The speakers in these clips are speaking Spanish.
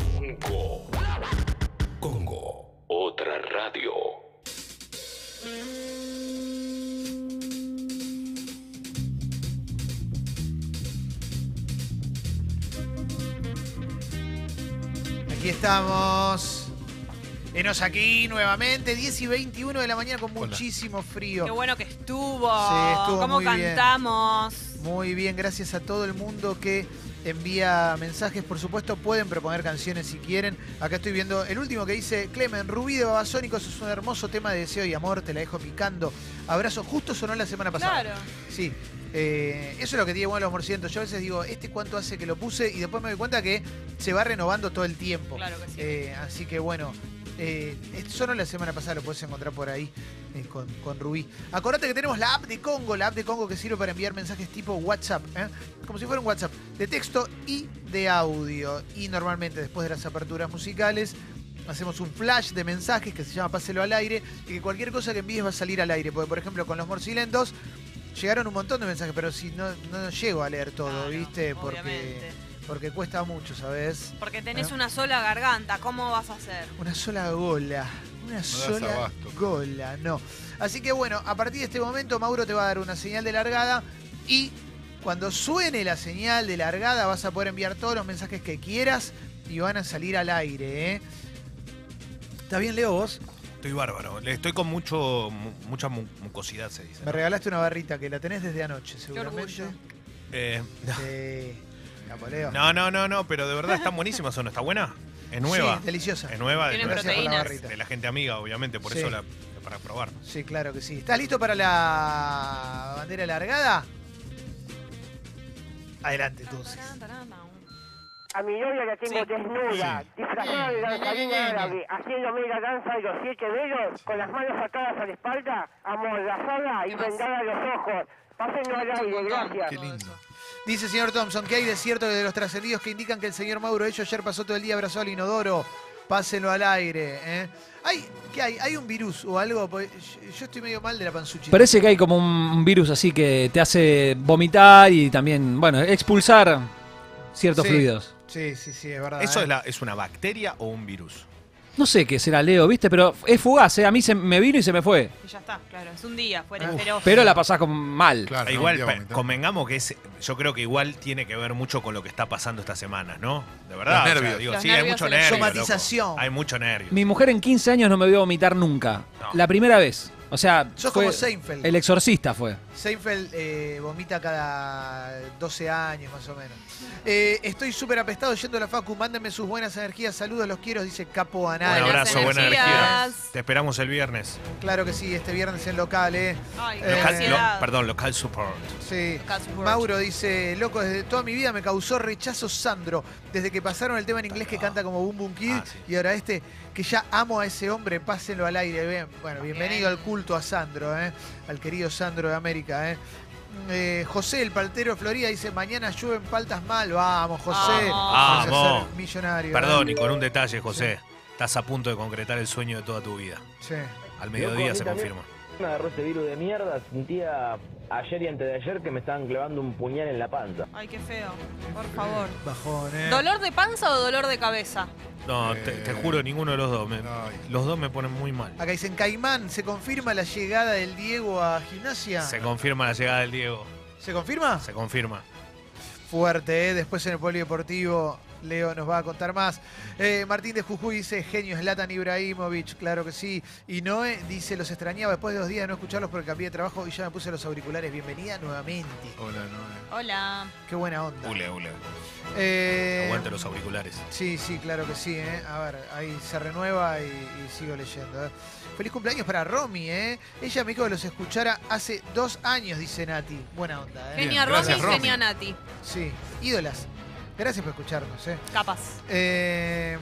Congo. Congo. Otra radio. Aquí estamos. Enos aquí nuevamente, 10 y 21 de la mañana con Hola. muchísimo frío. Qué bueno que estuvo. Sí, estuvo ¿Cómo muy bien. cantamos? Muy bien, gracias a todo el mundo que envía mensajes. Por supuesto, pueden proponer canciones si quieren. Acá estoy viendo el último que dice Clemen, Rubí de Babasónicos es un hermoso tema de deseo y amor, te la dejo picando. Abrazo, justo sonó la semana pasada. Claro. Sí. eh, eso es lo que tiene bueno los morcientos. Yo a veces digo, ¿este cuánto hace que lo puse? Y después me doy cuenta que se va renovando todo el tiempo. Claro que sí. Eh, así que bueno, eh, es- solo la semana pasada lo puedes encontrar por ahí eh, con, con Rubí. Acordate que tenemos la app de Congo, la app de Congo que sirve para enviar mensajes tipo WhatsApp, ¿eh? como si fuera un WhatsApp, de texto y de audio. Y normalmente después de las aperturas musicales hacemos un flash de mensajes que se llama Páselo al aire y que cualquier cosa que envíes va a salir al aire. Porque por ejemplo con los morcilentos llegaron un montón de mensajes, pero si no, no llego a leer todo, Claro, ¿viste? Porque, obviamente. porque cuesta mucho, ¿sabes? Porque tenés ¿Eh? una sola garganta. ¿Cómo vas a hacer? Una sola gola. Una sola abasto. gola, no. Así que bueno, a partir de este momento Mauro te va a dar una señal de largada y cuando suene la señal de largada vas a poder enviar todos los mensajes que quieras y van a salir al aire, ¿eh? ¿Está bien, Leo, vos? Estoy bárbaro. Le estoy con mucho, mu- mucha mu- mucosidad, se dice. Me ¿no? regalaste una barrita que la tenés desde anoche, seguramente. orgullo. Eh, Sí. Capo, Leo. no, no, no, no, pero de verdad están buenísimas, ¿o no? ¿Está buena? ¿Es nueva? Sí, deliciosa. es nueva, de, Tiene nueva- Gracias por la proteínas. barrita. de la gente amiga, obviamente, por Sí. eso la, para probar. Sí, claro que sí. ¿Estás listo para la bandera largada? Adelante, entonces. A mi novia la tengo Sí. desnuda, disfrazada de danzarina árabe, haciéndome la danza de los siete dedos, con las manos atadas a la espalda, amordazada y ¿Qué más? vendada a los ojos. Pásenlo al aire, gracias. Qué lindo. Dice señor Thompson que hay desiertos de los trascendidos que indican que el señor Mauro Ello ayer pasó todo el día abrazado al inodoro. Pásenlo al aire. ¿eh? ¿Hay, ¿Qué hay? ¿Hay un virus o algo? Porque yo- Yo estoy medio mal de la panzuchita. Parece que hay como un virus así que te hace vomitar y también, bueno, expulsar ciertos Sí. fluidos. Sí, sí, sí, es verdad. ¿Eso ¿eh? es, la- es una bacteria o un virus? No sé qué será Leo, ¿viste? Pero es fugaz, ¿eh? A mí se me vino y se me fue. Y ya está, claro. Es un día fuera, Uf, pero. Pero la pasás como mal. Claro, no, E igual, un día pa- vomitar. convengamos que es, yo creo que igual tiene que ver mucho con lo que está pasando estas semanas, ¿no? De verdad. Los nervios. digo, Los sí, hay nervios mucho se los- nervio. loco. Somatización. Hay mucho nervio. Mi mujer en 15 años no me vio vomitar nunca. No. La primera vez. O sea, Sos fue- como Seinfeld. el exorcista fue. Seinfeld eh, vomita cada 12 años más o menos. Eh, estoy súper apestado yendo a la Facu. Mándenme sus buenas energías. Saludos, los quiero, dice Capo Un Anaya. Buenas abrazo, buena energía. energías. Te esperamos el viernes. Claro que sí, este viernes en local, ¿eh? Ay, qué Eh, Local- lo- ansiedad. perdón, local support. Sí. Local support. Mauro dice, loco, desde toda mi vida me causó rechazo Sandro, desde que pasaron el tema en inglés que canta como Boom Boom Kid Ah, sí. y ahora este, que ya amo a ese hombre, pásenlo al aire. Bien, Bueno, bienvenido al culto a Sandro, ¿eh? al querido Sandro de América. ¿eh? Eh, José, el paltero de Florida, dice, mañana llueve en paltas mal. Vamos, José. Vamos. Vas a ser Vamos. millonario. ¿eh? Perdón, y con un detalle, José. Estás a punto de concretar el sueño de toda tu vida. Sí. Al mediodía Loco, se a mí confirma. Me agarró este virus de mierda, sentía ayer y antes de ayer que me estaban clavando un puñal en la panza. Ay, qué feo. Por favor. Bajón, ¿eh? ¿Dolor de panza o dolor de cabeza? No, te, te juro, ninguno de los dos. me- Ay. los dos me ponen muy mal. Acá dicen, Caimán, ¿se confirma la llegada del Diego a gimnasia? Se confirma la llegada del Diego. ¿Se confirma? Se confirma. Fuerte, ¿eh? después en el polideportivo Leo nos va a contar más. Eh, Martín de Jujuy dice, genio Zlatan Ibrahimovic, claro que sí. Y Noé dice, los extrañaba después de dos días de no escucharlos porque cambié de trabajo y ya me puse los auriculares. Bienvenida nuevamente. Hola, eh. no. Hola. Qué buena onda. Ule, ule. Eh, Aguante los auriculares. Sí, sí, claro que sí. ¿eh? A ver, ahí se renueva y, y sigo leyendo. ¿eh? Feliz cumpleaños para Romy, ¿eh? Ella me dijo que los escuchara hace dos años, dice Nati. Buena onda, ¿eh? Bien, Genia Romy, gracias, Romy. genia Nati. Sí, ídolas. Gracias por escucharnos, ¿eh? Capaz. Eh,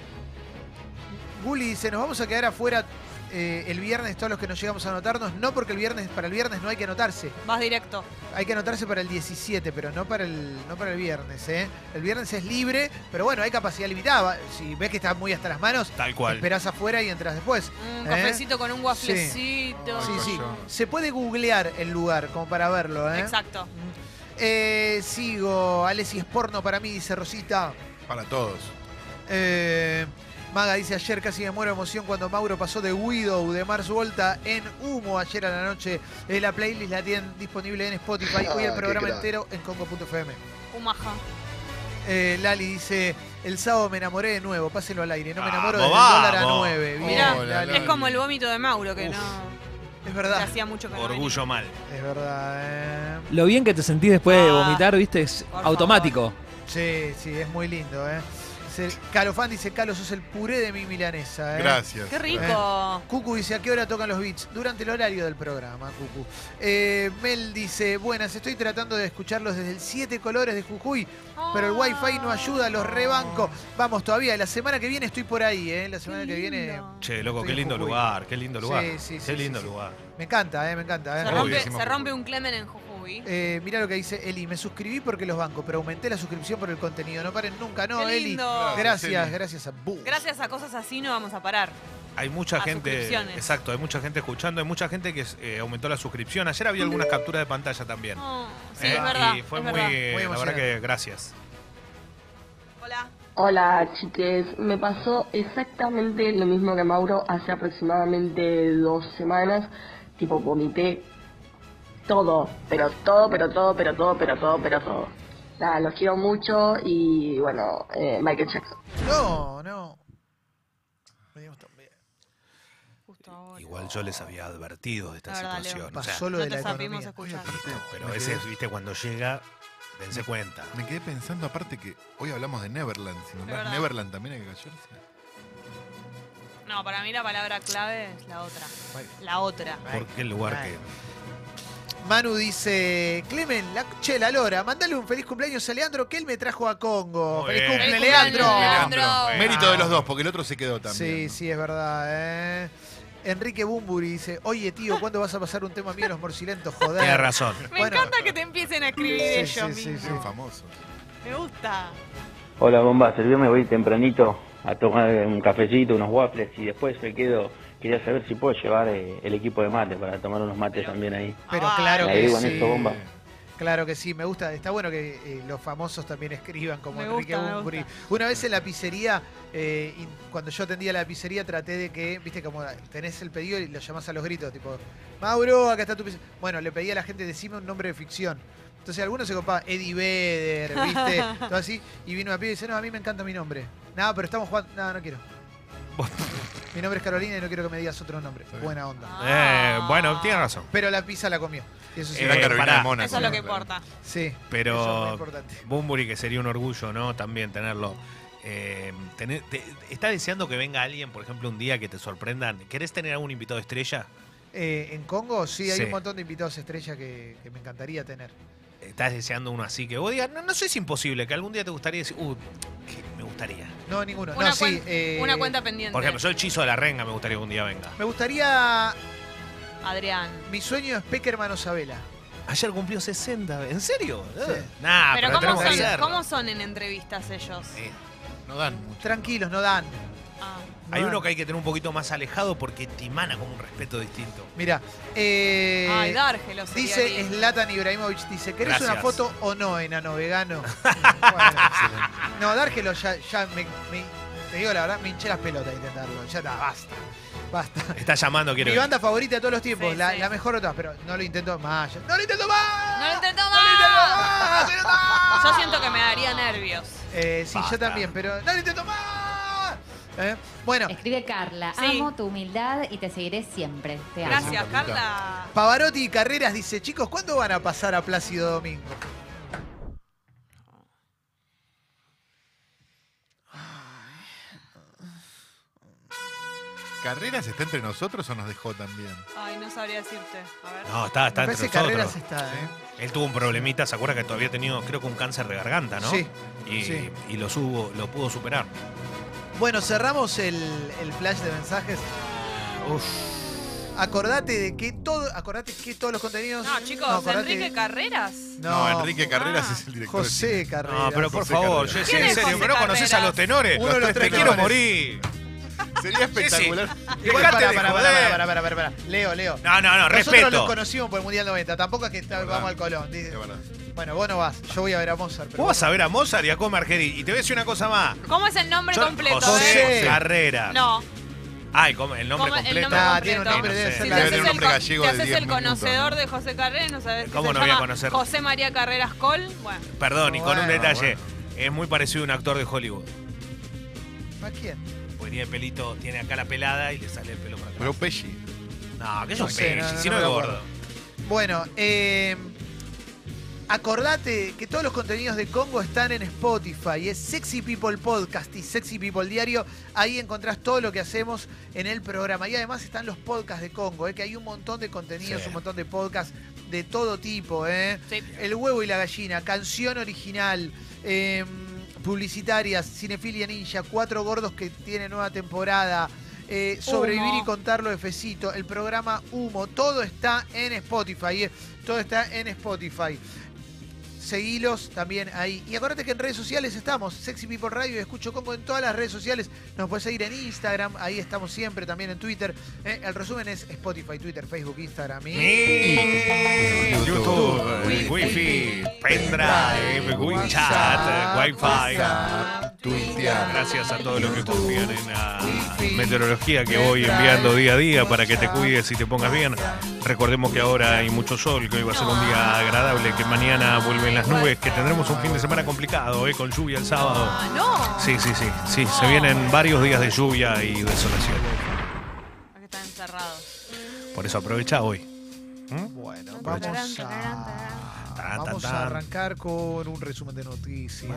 Gulli dice, nos vamos a quedar afuera eh, el viernes todos los que nos llegamos a anotarnos. No porque el viernes, para el viernes no hay que anotarse. Vas directo. Hay que anotarse para el 17, pero no para el, no para el viernes. ¿eh? El viernes es libre, pero bueno, hay capacidad limitada. Va- Si ves que estás muy hasta las manos, Tal cual. esperás afuera y entras después. Un ¿Eh? cafecito con un wafflecito. Ay, Sí, sí. cayó. Se puede googlear el lugar como para verlo. ¿eh? Exacto. Eh, sigo, Alessi es porno para mí, dice Rosita. Para todos. Eh, Maga dice, ayer casi me muero de emoción cuando Mauro pasó de Widow de Mars Volta en humo ayer a la noche. Eh, la playlist la tienen disponible en Spotify. Hoy el Ah, qué programa crack. entero en congo.fm. Humaja. Eh, Lali dice, el sábado me enamoré de nuevo, pásenlo al aire. No me enamoro del Vamos, dólar a vamos. 9. Bien, Mirá, Hola, Lali. Es como el vómito de Mauro, que Uf. Ah. no. Es que verdad. hacía mucho que no Orgullo mal. Es verdad. eh. Lo bien que te sentís después de Ah, vomitar, viste, es por automático. Sí, sí, es muy lindo. Eh. Dice, Calo Fan dice, Calo, sos el puré de mi milanesa. Eh. Gracias. venía. ¡Qué rico! Cucu dice, ¿a qué hora tocan los beats? Durante el horario del programa, Cucu. Eh, Mel dice, buenas, estoy tratando de escucharlos desde el Siete Colores de Jujuy, pero el wifi no ayuda, los rebanco. Vamos, todavía, la semana que viene estoy por ahí, ¿eh? La semana que viene... Che, loco, Estoy qué en lindo Jujuy. lugar, qué lindo lugar. Sí, sí, sí, sí, qué lindo sí. lugar. Me encanta, ¿eh? Me encanta. ¿eh? Se Obvio, rompe, decimos se por rompe un Clemen en Jujuy. Eh, mira lo que dice Eli, me suscribí porque los banco, pero aumenté la suscripción por el contenido. No paren nunca, no, ¡Qué Eli. lindo! Gracias, Eli. gracias a Boo. Gracias a cosas así no vamos a parar. Hay mucha A gente. suscripciones. Exacto, hay mucha gente escuchando, hay mucha gente que eh, aumentó la suscripción. Ayer había algunas capturas de pantalla también. Oh, sí, Eh, es verdad. Y fue es muy. verdad. eh, Muy la verdad emocionante. que gracias. Hola. Hola chiques, me pasó exactamente lo mismo que Mauro hace aproximadamente dos semanas, tipo vomité todo, pero todo, pero todo, pero todo, pero todo, pero todo. Nada, los quiero mucho y bueno, eh, Michael Jackson. No, no. Veníamos tan bien. Justo ahora. Igual yo les había advertido de esta La verdad, Leo. situación. o sea, Pasó lo no de te la sabemos economía. escuchar. pero a Me veces, quedé- viste, cuando llega, dense cuenta. Me quedé pensando aparte que hoy hablamos de Neverland. Si nombrás verdad. Neverland también hay que callarse. No, para mí la palabra clave es la otra. Bueno. La otra. Porque el lugar Ay. que. Manu dice, Clemen, la, che, la lora, mandale un feliz cumpleaños a Leandro que él me trajo a Congo. Muy Oh, ¡Feliz bien. cumple, Feliz cumpleaños, Leandro! Leandro. Leandro. Mérito de los dos, porque el otro se quedó Sí, también. sí, es verdad, ¿eh? Enrique Bumburi dice, oye tío, ¿cuándo vas a pasar un tema mío a los morcilentos? Joder. Tienes razón. Me Bueno. encanta que te empiecen a escribir Sí, ellos sí, sí, mismos. Sí, un famoso. Me gusta. Hola, bombas. El viernes voy tempranito a tomar un cafecito, unos waffles y después me quedo. Quería saber si puedo llevar eh, el equipo de mate para tomar unos mates también ahí. Pero Ah, claro La que digo en sí. esto, bomba. Claro que sí, me gusta, está bueno que eh, los famosos también escriban como Me Enrique gusta, me Bunbury. gusta. Una vez en la pizzería, eh, in- cuando yo atendía la pizzería, traté de que, viste, como tenés el pedido y lo llamás a los gritos, tipo, Mauro, acá está tu pizzería. Bueno, le pedí a la gente, decime un nombre de ficción. Entonces algunos se copaban, Eddie Vedder, viste, todo así, y vino a pie y dice, no, a mí me encanta mi nombre. No, pero estamos jugando, no, no quiero. mi nombre es Carolina y no quiero que me digas otro nombre. Está bien. Buena onda. Eh, bueno, tienes razón. Pero la pizza la comió. Y eso sí. Eh, Era Carolina pará. de Mónaco. Eso es lo que ¿no? importa. sí. Eso es muy Pero importante. Bumburi, que sería un orgullo, ¿no? También tenerlo. Eh, tener- te- ¿Está deseando que venga alguien, por ejemplo, un día que te sorprendan? ¿Querés tener algún invitado estrella? Eh, en Congo sí hay Sí. un montón de invitados estrella que, que me encantaría tener. ¿Estás deseando uno así que vos digas, no, no sé si es imposible, que algún día te gustaría decir, uh, que me gustaría? No, ninguno. Una, no, sí, cuen- eh, una cuenta pendiente. Por ejemplo, yo hechizo de la renga me gustaría que un día venga. Me gustaría. Adrián. Mi sueño es Peckerman o Sabela. Ayer cumplió 60, ¿en serio? Sí. Eh, Nah, pero pero, ¿cómo tenemos que Eh, son, hacerlo. ¿cómo son en entrevistas ellos? Sí. No dan mucho. Tranquilos, no dan. Ah. Hay uno que hay que tener un poquito más alejado porque te emana como un respeto distinto. Mira. Eh, Ay, Dárgelo sería dice lindo. Slatan Ibrahimovic, dice, ¿querés una Gracias. foto o no, enano vegano? Bueno, no, dárgelo ya, ya me, me- Te digo la verdad, me hinché las pelotas de intentarlo. Ya está, basta. Basta. Está llamando, quiero Mi banda favorita de todos los tiempos, Sí, la, sí. la mejor de todas, pero no lo intento más. Ya- ¡No lo intento más! ¡No lo intento ¡No más! lo intento más! Yo siento que me daría nervios. Eh, sí, Basta. yo también, pero ¡No lo intento más! Eh, Bueno, Escribe Carla, Sí. amo tu humildad y te seguiré siempre. Te amo. Gracias, Carlita. Carla. Pavarotti y Carreras dice, chicos, ¿cuándo van a pasar a Plácido Domingo? ¿Carreras está entre nosotros o nos dejó también? Ay, no sabría decirte. A ver. No, está, está Me entre parece nosotros. Carreras está, ¿eh? Él tuvo un problemita, ¿se acuerda que todavía ha tenido, creo que un cáncer de garganta, ¿no? Sí, Y, sí. y lo, subo, lo pudo superar. Bueno, cerramos el, el flash de mensajes. Acordate de que todo, acordate que todos los contenidos. No, chicos, acordate- Enrique Carreras. No, Enrique Carreras Ah. es el director. José Carreras. No, pero por José favor, Carreras. Jessy, ¿Quién en es serio, José pero no conoces a Carreras? los tenores. Uno de los te tres quiero tenores. morir. Sería espectacular. Igual, Dejate para, de para, joder. para, para, para, para. Leo, Leo. No, no, no, Nosotros respeto. los conocimos por el Mundial 90, tampoco es que está- verdad. vamos al Colón. dice. Es verdad. Bueno, vos no vas. Yo voy a ver a Mozart. pero Vos vas a ver a Mozart y a Coma Argeri. Y te voy a decir una cosa más. ¿Cómo es el nombre Yo- completo? José eh? Carrera. No. Ah, el, com- el nombre ¿Cómo- el completo. nombre Ah, tiene un completo. nombre Sí, de esa sé. Si te Debe haces tener el, un nombre con- gallego te de haces 10 el minutos, conocedor de José Carreras, no sabes ¿Cómo no voy a conocer? José María Carreras Col. Bueno, Perdón, y con un Bueno, detalle. Es muy parecido a un actor de Hollywood. ¿A quién? Porque tiene el pelito, tiene acá la pelada y le sale el pelo para atrás. Pero Pesci. No, que es un No sé, pelle, no, no, si no me no, es lo gordo. acuerdo. Bueno, eh, acordate que todos los contenidos de Congo están en Spotify. Es Sexy People Podcast y Sexy People Diario. Ahí encontrás todo lo que hacemos en el programa. Y además están los podcasts de Congo, eh, que hay un montón de contenidos, Sí. un montón de podcasts de todo tipo. eh. sí. El huevo y la gallina, canción original, eh, publicitarias, Cinefilia Ninja, Cuatro Gordos que tiene nueva temporada, eh, Sobrevivir Humo. y Contarlo de Fecito, el programa Humo, todo está en Spotify, eh, todo está en Spotify. Seguilos también ahí. Y acuérdate que en redes sociales estamos, Sexy People Radio y Escucho Congo en todas las redes sociales. Nos puedes seguir en Instagram, ahí estamos siempre, también en Twitter. eh. el resumen es Spotify, Twitter, Facebook, Instagram y... Y- YouTube, Wi-Fi, pendrive, WeChat, Wi-Fi. Tuitear. Gracias a todos los que confían en la Wifi, meteorología que voy enviando día a día para que te cuides y te pongas bien. Recordemos que ahora hay mucho sol, que hoy va a ser un día agradable, que mañana vuelven las nubes, que tendremos un fin de semana complicado, ¿eh? con lluvia el sábado. Ah, no. Sí, sí, sí, sí, se vienen varios días de lluvia y desolación. Acá están encerrados. Por eso aprovecha hoy. Bueno, Aprovechá. vamos a, Tarán, vamos tarán, a tarán. arrancar con un resumen de noticias.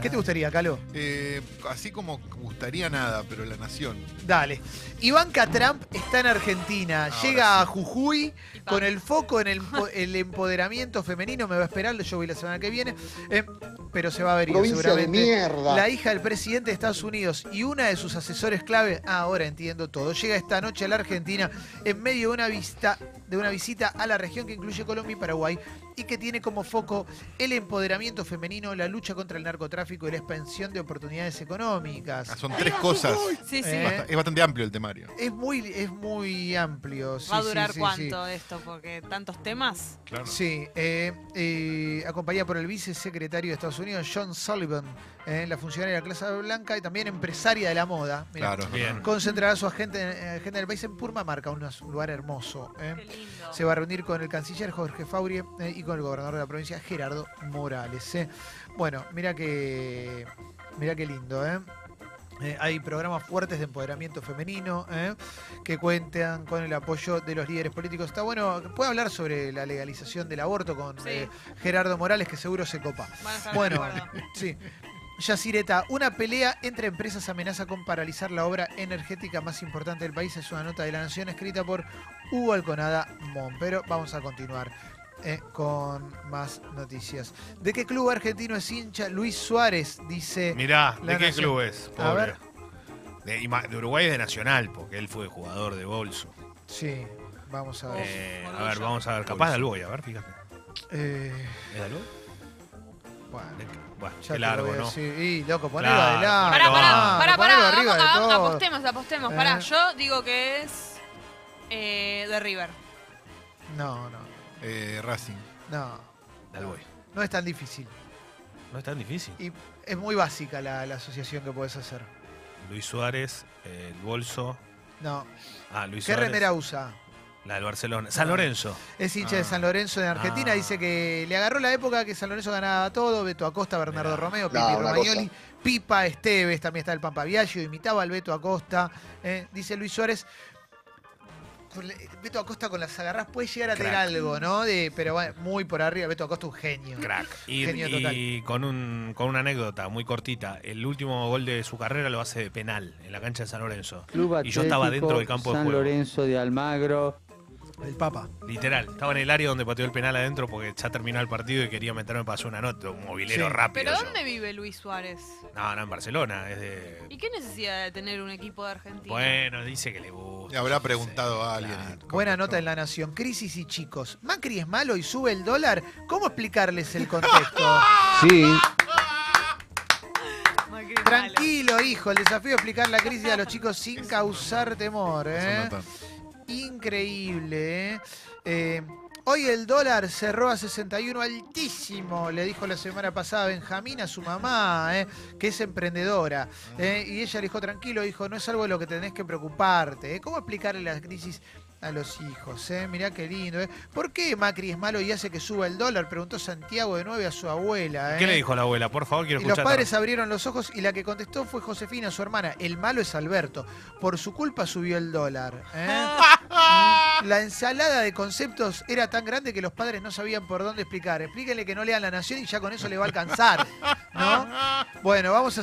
¿Qué te gustaría, Calo? Eh, así como gustaría nada, pero la nación. Dale. Ivanka Trump está en Argentina. Ahora Llega sí. a Jujuy Y pa- con el foco en el, empo- el empoderamiento femenino. Me va a esperar, yo voy la semana que viene. Eh, pero se va a ver seguramente. La hija del presidente de Estados Unidos y una de sus asesores clave, ah, ahora entiendo todo, llega esta noche a la Argentina en medio de una, vista, de una visita a la región que incluye Colombia y Paraguay y que tiene como foco el empoderamiento femenino, la lucha contra el narcotráfico y la expansión de oportunidades Ah, económicas. son tres cosas. Sí, sí. Eh, Basta- es bastante amplio el temario. Es muy, es muy amplio. sí, ¿Va a sí, durar sí, sí. cuánto esto? Porque tantos temas. Claro. Sí, eh, eh, acompañada por el vicesecretario de Estados Unidos, John Sullivan, eh, la funcionaria de la clase blanca y también empresaria de la moda. Mirá. Claro. Bien. Concentrará su agente- eh, agenda del país en Purmamarca, un, as- un lugar hermoso. ¿eh? Qué lindo. Se va a reunir con el canciller Jorge Faurie eh, y con el gobernador de la provincia Gerardo Morales. ¿eh? Bueno, mira que mira qué lindo, ¿eh? Eh, hay programas fuertes de empoderamiento femenino ¿eh? que cuentan con el apoyo de los líderes políticos. Está bueno, puede hablar sobre la legalización del aborto con Sí. eh, Gerardo Morales, que seguro se copa. Van a estar de Bueno, acuerdo. sí. Yacireta, una pelea entre empresas amenaza con paralizar la obra energética más importante del país. Es una nota de la Nación escrita por Hugo Alconada Mon. Pero vamos a continuar eh, con más noticias. ¿De qué club argentino es hincha? Luis Suárez dice. Mirá, ¿de La qué Nación. club es? A Pobre. ver. De, y ma- de Uruguay es de Nacional, porque él fue jugador de bolso. Sí, vamos a ver. Eh, a orgullo. ver, vamos a ver. Capaz de Alboy, a ver, fíjate. Eh, ¿Es de Alboy? bueno, De- Bueno, ya qué te lo largo, voy a ¿no? decir. Y loco, ponelo Claro. adelante. Pará, Ah, pará, pará, ponelo pará. arriba de vamos, a- todo. apostemos, apostemos. Pará, Eh. yo digo que es eh, de River. No, no, Eh, Racing. no. De Alboy. No es tan difícil. No es tan difícil. Y es muy básica la, la asociación que puedes hacer. Luis Suárez, eh, el bolso. No. Ah, Luis ¿Qué Suárez. remera usa? La del Barcelona. San Lorenzo. Es hincha de Ah. San Lorenzo en Argentina. Ah. Dice que le agarró la época que San Lorenzo ganaba todo. Beto Acosta, Bernardo Mirá. Romeo, Pipi No, una Romagnoli, Pipa Esteves, también está el Pampa Viaggio, imitaba al Beto Acosta. eh, dice Luis Suárez. con le- Beto Acosta con las agarras puede llegar a tener Crack. algo, ¿no? De, pero bueno, muy por arriba. Beto Acosta un genio. Crack. Y, Genio y con, un, con una anécdota muy cortita. El último gol de su carrera lo hace de penal en la cancha de San Lorenzo. y yo estaba dentro del campo de juego. Lorenzo de Almagro. El Papa. Literal. Estaba en el área donde pateó el penal adentro porque ya terminó el partido y quería meterme para hacer una nota. Un movilero Sí. rápido. ¿Pero yo. dónde vive Luis Suárez? No, no, en Barcelona. Es de- ¿Y qué necesidad de tener un equipo de Argentina? Bueno, dice que le gusta. Le habrá yo qué preguntado sé, a alguien. claro. Buena nota en La Nación. Crisis y chicos. Macri es malo y sube el dólar. ¿Cómo explicarles el contexto? Sí. Macri Tranquilo, hijo. El desafío es explicar la crisis a los chicos sin causar temor. Son ¿eh? notas. Increíble. ¿eh? Eh, Hoy el dólar cerró a 61 altísimo, le dijo la semana pasada Benjamín a su mamá, ¿eh? que es emprendedora. ¿eh? Y ella le dijo, tranquilo, hijo, no es algo de lo que tenés que preocuparte. ¿eh? ¿Cómo explicarle la crisis a los hijos? ¿eh? Mirá qué lindo. ¿eh? ¿Por qué Macri es malo y hace que suba el dólar? Preguntó Santiago de nueve a su abuela. ¿eh? ¿Qué le dijo la abuela? Por favor, quiero Y los escuchar. padres abrieron los ojos y la que contestó fue Josefina, su hermana. El malo es Alberto. Por su culpa subió el dólar. ¿eh? La ensalada de conceptos era tan grande que los padres no sabían por dónde explicar. Explíquenle que no lean La Nación y ya con eso le va a alcanzar. ¿No? Bueno, vamos a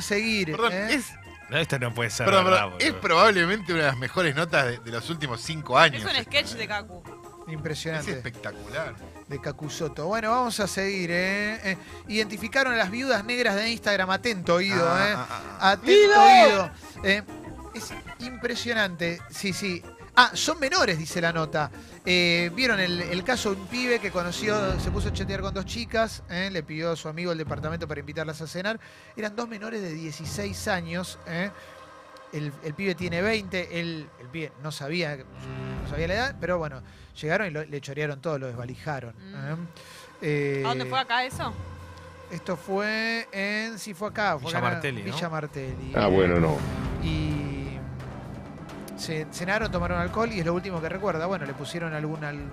seguir. Perdón, ¿eh? es, No, esto no puede ser. perdón, verdad, perdón, es boludo. probablemente una de las mejores notas de, de los últimos cinco años. Este Es un sketch de Kaku. Es este. Impresionante. espectacular. de Cacusoto. Bueno, vamos a seguir, ¿eh? Eh, Identificaron a las viudas negras de Instagram. Atento oído, Ah, ¿eh? ah, ah, ah. Atento oído. Eh, es impresionante. Sí, sí. Ah, son menores, dice la nota. Eh, Vieron el, el caso de un pibe que conoció, se puso a chatear con dos chicas, ¿eh? le pidió a su amigo el departamento para invitarlas a cenar. Eran dos menores de 16 años. ¿eh? El, el pibe tiene 20, él, el pibe no sabía, no sabía la edad, pero bueno, llegaron y lo- le chorearon todo, lo desvalijaron. Mm. ¿eh? Eh, ¿A dónde fue acá eso? Esto fue en, sí fue acá, fue Villa acá, Martelli, ¿no? Villa Martelli. Ah, bueno, no. Y se cenaron, tomaron alcohol y es lo último que recuerda. Bueno, le pusieron alguna, al-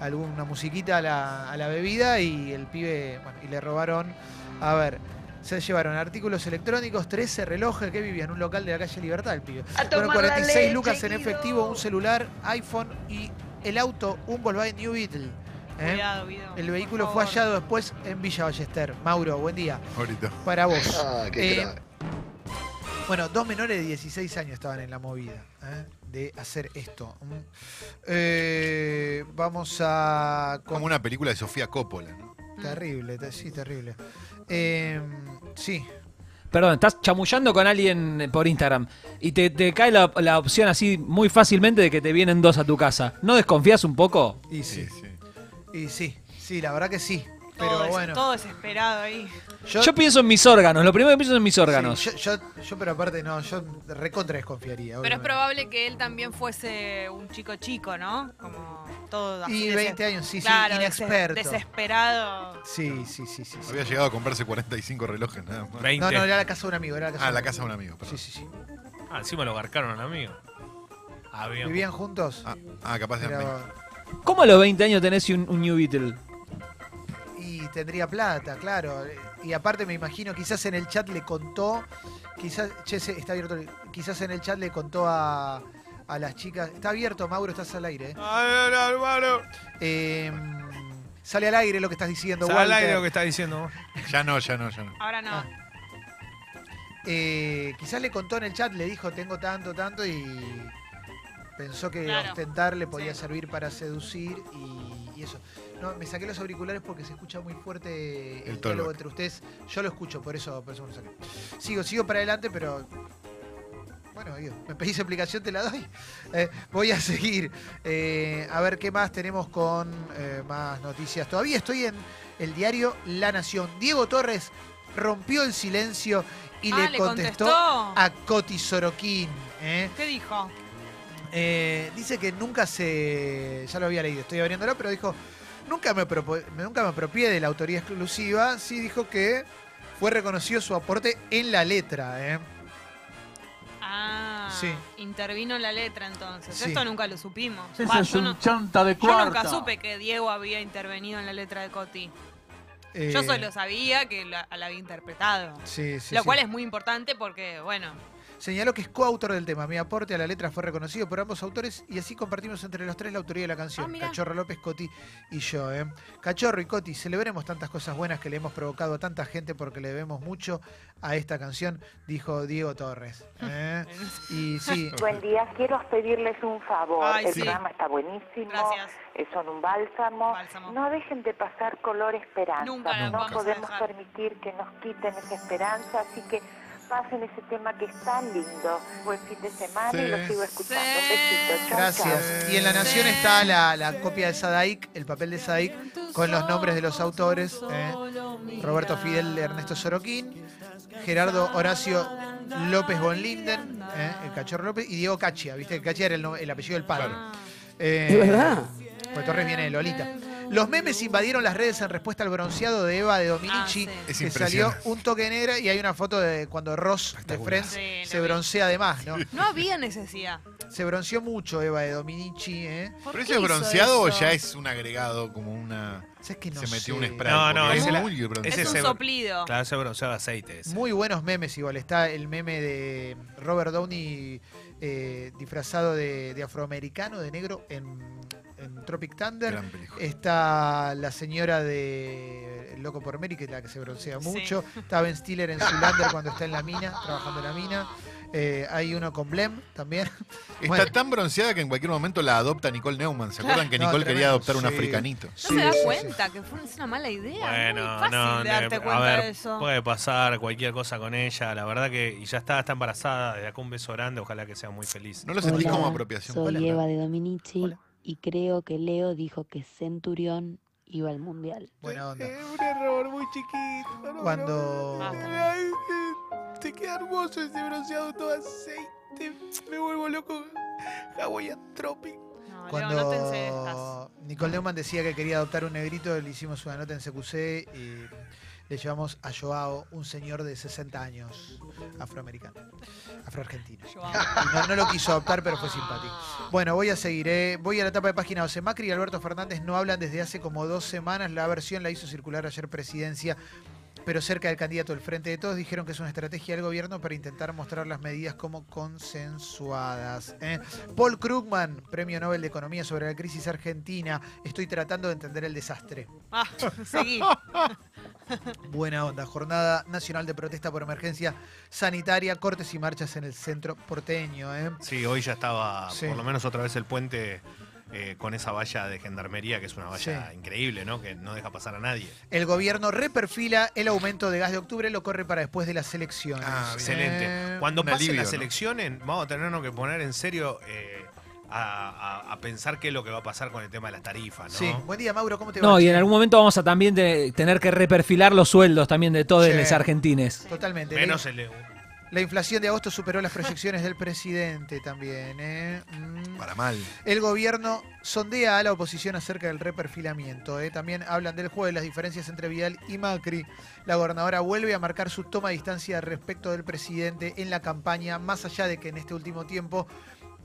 alguna musiquita a la, a la bebida y el pibe, bueno, y le robaron. A ver, se llevaron artículos electrónicos, 13 relojes que vivía en un local de la calle Libertad el pibe. Fueron 46 lucas en efectivo, un celular, iPhone y el auto, un Volkswagen New Beetle. ¿eh? Cuidado, Guido. El por vehículo fue favor. hallado después en Villa Ballester. Mauro, buen día. Ahorita. Para vos. Ah, qué Eh, grave. Bueno, dos menores de 16 años estaban en la movida ¿eh? de hacer esto. Mm. Eh, vamos a... con- Como una película de Sofía Coppola. ¿no? Terrible, te- sí, terrible. Eh, sí, Perdón, estás chamullando con alguien por Instagram y te, te cae la, la opción así muy fácilmente de que te vienen dos a tu casa. ¿No desconfías un poco? y sí, y sí, sí, la verdad que sí. Pero Todo, des- bueno, todo desesperado ahí. Yo, pienso en mis órganos, lo primero que pienso es en mis órganos. sí, yo, yo- yo, pero aparte no, yo recontra desconfiaría. Pero es obviamente. probable que él también fuese un chico chico, ¿no? Como todo así. Y deses- 20 años, sí, sí, claro, deses- inexperto. Desesperado. Sí, sí, sí, sí. sí. Había llegado a comprarse 45 relojes nada más. 20. No, no, era la casa de un amigo, era la casa Ah, de un la amigo. casa de un amigo. perdón. Sí, sí, sí. Ah, encima lo garcaron al amigo. Ah, bien. ¿Vivían juntos? Ah, ah, capaz de Mirá amigo. vos. ¿Cómo a los 20 años tenés un, un New Beetle? Y tendría plata, claro. Y aparte me imagino, quizás en el chat le contó, quizás, che, se- está abierto, el- quizás en el chat le contó a, a las chicas, está abierto, Mauro, estás al aire. ¿eh? Ay, no, hermano. Eh, sale al aire lo que estás diciendo, Sale al Walter. aire lo que está diciendo. vos. Ya no, ya no, ya no. Ahora no. Ah, Eh, quizás le contó en el chat, le dijo, tengo tanto, tanto, y pensó que Claro. ostentar le podía Sí. servir para seducir y, y eso. No, me saqué los auriculares porque se escucha muy fuerte el, El diálogo diálogo. entre ustedes. Yo lo escucho, por eso, por eso me lo saqué. Sigo, sigo para adelante, pero... Bueno, digo, me pedís explicación, te la doy. Eh, voy a seguir. Eh, a ver qué más tenemos con eh, más noticias. Todavía estoy en el diario La Nación. Diego Torres rompió el silencio y ah, le contestó a Coti Sorokin. ¿eh? ¿Qué dijo? Eh, dice que nunca se. Ya lo había leído, estoy abriéndolo, pero dijo. Nunca me, propo- me- nunca me apropié de la autoría exclusiva. Sí dijo que fue reconocido su aporte en la letra. ¿eh? Ah, Sí. intervino la letra entonces. Sí. Esto nunca lo supimos. Va, yo, no- chanta de yo nunca supe que Diego había intervenido en la letra de Coti. Yo Eh, solo sabía que la, la había interpretado. Sí, sí, lo sí. cual es muy importante porque, bueno, Señaló que es coautor del tema. Mi aporte a la letra fue reconocido por ambos autores y así compartimos entre los tres la autoría de la Ah, canción. mirá. Cachorro López, Coti y yo. ¿eh? Cachorro y Coti, celebremos tantas cosas buenas que le hemos provocado a tanta gente porque le debemos mucho a esta canción, dijo Diego Torres. ¿eh? Y sí, Buen día, quiero pedirles un favor. Ay, el sí. programa está buenísimo. gracias. eh, Son un bálsamo. Bálsamo. No dejen de pasar color esperanza. Nunca la no vamos a podemos dejar. permitir que nos quiten esa esperanza, así que pasen ese tema que es tan lindo. Buen fin de semana y lo Sí. sigo escuchando. Sí. Besitos. Chau, gracias. chau. Y en La Nación está la, la copia de Sadaik, el papel de Sadaik, con los nombres de los autores. ¿eh? Roberto Fidel de Ernesto Soroquín, Gerardo Horacio López von Linden, ¿eh? el cachorro López, y Diego Cachia, ¿viste? Cachia era el, no- el apellido del padre. Ah. Eh, Pues Torres viene de Lolita. Los memes invadieron las redes en respuesta al bronceado de Eva de Dominici, Ah, sí. Es que salió impresionante. un toque negra y hay una foto de cuando Ross de Espectacular. Friends Sí, se lo vi. broncea además, ¿no? No había necesidad. Se bronceó mucho Eva de Dominici, ¿eh? ¿Por ¿Pero eso qué es hizo bronceado eso? o ya es un agregado como una. ¿Sabes que no se metió sé? un spray? No, no, porque es es el- muy Es bronceado. ese un se- soplido. Claro, ese bronceado de aceite. ese. Muy buenos memes igual. Está el meme de Robert Downey eh, disfrazado de, de afroamericano, de negro, en, en Tropic Thunder. Gran película. Está la señora de El Loco por Mary, que es la que se broncea Sí. mucho. Está Ben Stiller en Zulander cuando está en la mina, trabajando en la mina. Eh, hay uno con Blem también. Está Bueno. tan bronceada que en cualquier momento la adopta Nicole Neumann. ¿Se acuerdan que No, Nicole quería tremendo. adoptar un Sí. africanito? No Sí, me das sí, sí. cuenta que fue es una mala idea. Bueno, Muy fácil no, de no, darte a cuenta ver, de eso. puede pasar cualquier cosa con ella. La verdad que y ya está, está embarazada. Desde acá un beso grande, ojalá que sea muy feliz. ¿No lo sentís Hola, como apropiación? Soy Hola. Eva de Dominici Hola. y creo que Leo dijo que Centurión iba al mundial. Buena onda. un error muy chiquito. Cuando. Te queda hermoso ese bronceado todo aceite. Me vuelvo loco. Hawaiian Tropic. No, Leo, Cuando no te encestas. Nicole Neumann decía que quería adoptar un negrito, le hicimos una nota en CQC y le llevamos a Joao, un señor de 60 años, afroamericano, afroargentino. Yo amo. Y No, no lo quiso adoptar, pero fue simpático. Bueno, voy a seguir. eh. Voy a la etapa de página 12. Macri y Alberto Fernández no hablan desde hace como dos semanas. La versión la hizo circular ayer presidencia, pero cerca del candidato del Frente de Todos. Dijeron que es una estrategia del gobierno para intentar mostrar las medidas como consensuadas. eh. Paul Krugman, Premio Nobel de Economía sobre la crisis argentina. Estoy tratando de entender el desastre. Ah, seguí. Buena onda. Jornada Nacional de Protesta por Emergencia Sanitaria. Cortes y marchas en el centro porteño. eh. Sí, hoy ya estaba Sí. por lo menos otra vez el puente eh, con esa valla de gendarmería, que es una valla Sí. increíble, ¿no? Que no deja pasar a nadie. El gobierno reperfila el aumento de gas de octubre, lo corre para después de las elecciones. Ah, Excelente. Eh, Cuando un pasen alivio, las ¿no? elecciones, vamos a tenernos que poner en serio eh, a, a- a pensar qué es lo que va a pasar con el tema de las tarifas, ¿no? Sí. Buen día, Mauro, ¿cómo te va? No, y en algún momento vamos a también te- tener que reperfilar los sueldos también de todos Sí. los argentines. Totalmente. Menos La- el de- La inflación de agosto superó las proyecciones del presidente también. ¿eh? Mm. Para mal. El gobierno sondea a la oposición acerca del reperfilamiento. ¿eh? También hablan del juego de las diferencias entre Vidal y Macri. La gobernadora vuelve a marcar su toma de distancia respecto del presidente en la campaña, más allá de que en este último tiempo,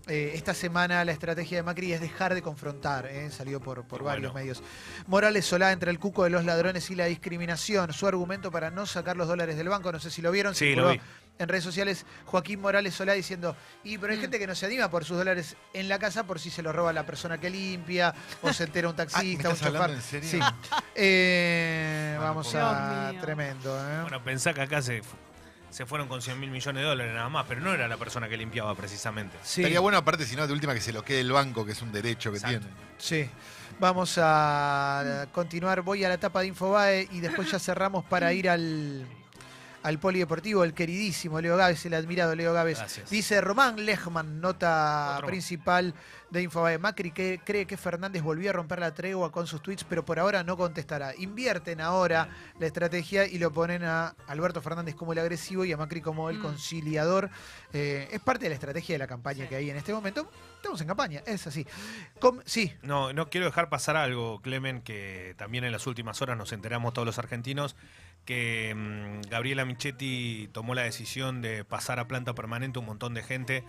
eh, esta semana, la estrategia de Macri es dejar de confrontar. ¿eh? Salió por, por Bueno. varios medios. Morales Solá entre el cuco de los ladrones y la discriminación. Su argumento para no sacar los dólares del banco, no sé si lo vieron. Sí, circuló lo vi. En redes sociales, Joaquín Morales Solá diciendo, y pero hay gente que no se anima por sus dólares en la casa por si se los roba la persona que limpia, o se entera un Ah, ¿me taxista, un estás hablando chofer. en serio? Sí. Eh, No, no vamos puedo. a. Dios mío. Tremendo, ¿eh? Bueno, pensá que acá se, fu- se fueron con 100 mil millones de dólares nada más, pero no era la persona que limpiaba precisamente. Sí. Estaría bueno, aparte, si no, de última que se lo quede el banco, que es un derecho que Exacto. tiene. Sí. Vamos a continuar. Voy a la etapa de Infobae y después ya cerramos para ir al, al polideportivo. El queridísimo Leo Gávez, el admirado Leo Gávez. Gracias. Dice Román Lechman, nota Otro. principal de Infobae. Macri que cree que Fernández volvió a romper la tregua con sus tweets, pero por ahora no contestará. Invierten ahora la estrategia y lo ponen a Alberto Fernández como el agresivo y a Macri como el Mm. conciliador. Eh, es parte de la estrategia de la campaña Sí. que hay en este momento. Estamos en campaña, es así. Com- sí, No, no quiero dejar pasar algo, Clemen, que también en las últimas horas nos enteramos todos los argentinos que mm, Gabriela Michetti tomó la decisión de pasar a planta permanente un montón de gente.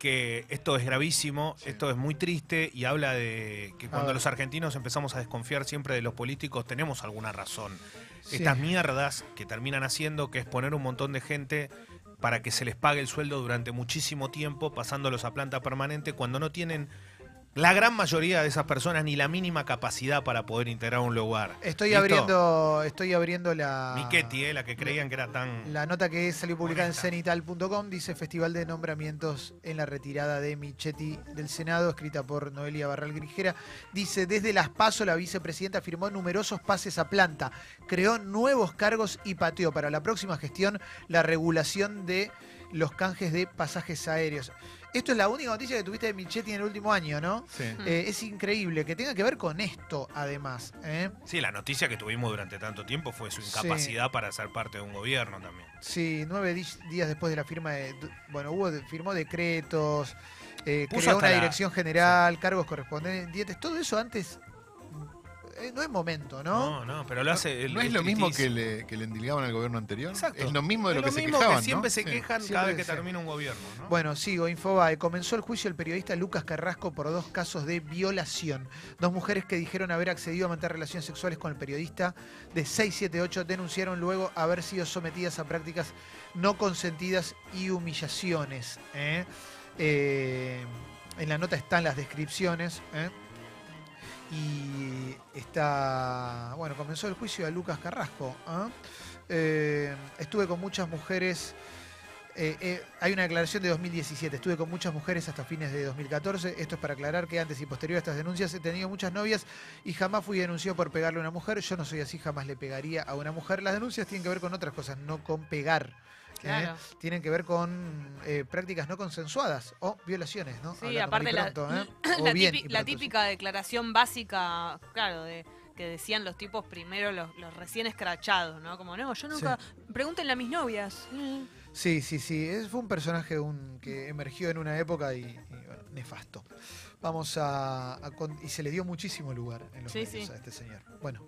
Que esto es gravísimo, Sí. esto es muy triste y habla de que cuando ver. los argentinos empezamos a desconfiar siempre de los políticos tenemos alguna razón. Sí. Estas mierdas que terminan haciendo que es poner un montón de gente para que se les pague el sueldo durante muchísimo tiempo, pasándolos a planta permanente cuando no tienen la gran mayoría de esas personas ni la mínima capacidad para poder integrar un lugar. Estoy ¿Listo? abriendo, estoy abriendo la, Miquetti, eh, la que creían que era tan. ah, la nota que salió publicada Honesta. en cenital.com. Dice Festival de Nombramientos en la retirada de Michetti del Senado, escrita por Noelia Barral Grijera. Dice, desde las PASO la vicepresidenta firmó numerosos pases a planta, creó nuevos cargos y pateó para la próxima gestión la regulación de los canjes de pasajes aéreos. Esto es la única noticia que tuviste de Michetti en el último año, ¿no? Sí. Eh, es increíble que tenga que ver con esto, además. ¿eh? Sí, la noticia que tuvimos durante tanto tiempo fue su Sí. incapacidad para ser parte de un gobierno también. Sí, nueve di- días después de la firma de. Bueno, hubo, de- firmó decretos, eh, Puso creó hasta una la- dirección general, cargos correspondientes. Todo eso antes eh, no es momento, ¿no? No, no, pero lo hace. el- ¿No es lo el mismo tritiz. que le, que le endilgaban al gobierno anterior? Exacto. Es lo mismo de Es lo, que lo se mismo que quejaban, siempre ¿no? se Sí. quejan cada Siempre, vez que sí. termina un gobierno. ¿no? Bueno, sigo, Infobae. Comenzó el juicio del periodista Lucas Carrasco por dos casos de violación. Dos mujeres que dijeron haber accedido a mantener relaciones sexuales con el periodista de 678 denunciaron luego haber sido sometidas a prácticas no consentidas y humillaciones. ¿eh? Eh, en la nota están las descripciones. ¿eh? Y está. Bueno, comenzó el juicio de Lucas Carrasco. ¿ah? Eh, estuve con muchas mujeres. eh, eh, hay una declaración de 2017. Estuve con muchas mujeres hasta fines de 2014. Esto es para aclarar que antes y posterior a estas denuncias he tenido muchas novias y jamás fui denunciado por pegarle a una mujer. Yo no soy así, jamás le pegaría a una mujer. Las denuncias tienen que ver con otras cosas, no con pegar. ¿eh? Claro. Tienen que ver con eh, prácticas no consensuadas o violaciones, ¿no? Sí, Hablando muy aparte la, pronto, ¿eh? la O bien típi- y la pronto, sí. típica declaración básica, claro, de que decían los tipos primero, los, los recién escrachados, ¿no? Como, no, yo nunca... Pregúntenle a mis novias. Mm. Sí, sí, sí. Es, fue un personaje un- que emergió en una época y, y, bueno, nefasto. Vamos a, a con- y se le dio muchísimo lugar en los Sí, medios sí. a este señor. Bueno,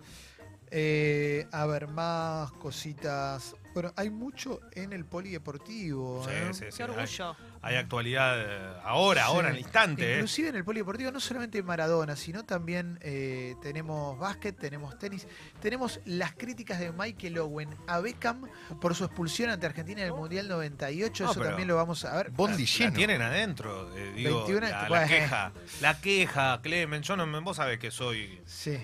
eh, a ver más cositas. Bueno, hay mucho en el polideportivo. Sí, ¿eh? sí, sí. Qué orgullo. Hay, hay actualidad eh, ahora, Sí. ahora, en el instante. ¿eh? Inclusive en el polideportivo no solamente Maradona, sino también eh, tenemos básquet, tenemos tenis, tenemos las críticas de Michael Owen a Beckham por su expulsión ante Argentina en el Mundial 98. Oh. No, Eso pero- también lo vamos a ver. Bondi Ah, La- lleno. La tienen adentro, eh, digo, 21, la, la bueno. queja. La queja, Clemen, yo no, me- vos sabés que soy... Sí.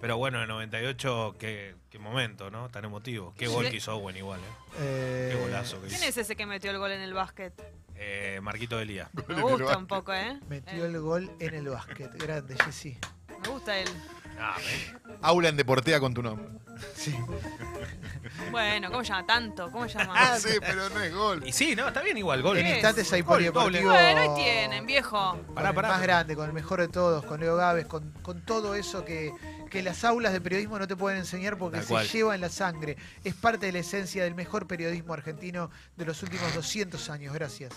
Pero bueno, en 98, qué, qué momento, ¿no? Tan emotivo. Qué Sí. gol que hizo Owen igual, ¿eh? Eh, Qué golazo que ¿Quién hizo. es ese que metió el gol en el básquet? Eh, Marquito Delía. Me gusta un poco, ¿eh? Metió el gol en el básquet. Grande, Jessy. Me gusta él. Ah, Aula en Deportea con tu nombre. Sí. Bueno, ¿cómo se llama? Tanto, ¿cómo se llama? Ah, sí, pero no es gol. Y sí, no, está bien igual, gol. En Sí. instantes hay Gol, doble. polideportivo. Bueno, ahí tienen, viejo. con Pará, el pará. más grande, con el mejor de todos, con Leo Gávez, con, con todo eso que, que las aulas de periodismo no te pueden enseñar porque Tal se cual. lleva en la sangre. Es parte de la esencia del mejor periodismo argentino de los últimos 200 años. Gracias.